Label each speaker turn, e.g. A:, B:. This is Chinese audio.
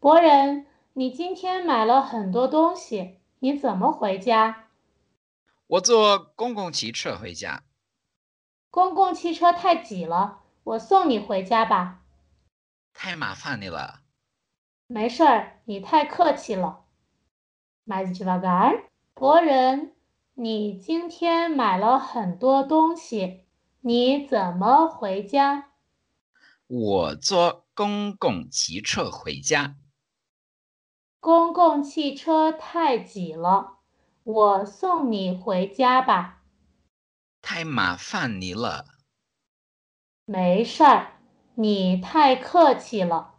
A: 博人，你今天买了很多东西，你怎么回家？
B: 我坐公共汽车回家。
A: 公共汽车太挤了，我送你回家吧。
B: 太麻烦你了。
A: 没事儿，你太客气了。Mais devagar，博人，你今天买了很多东西，你怎么回家？
B: 我坐公共汽车回家。
A: 公共汽车太挤了，我送你回家吧。
B: 太麻烦你了。
A: 没事儿，你太客气了。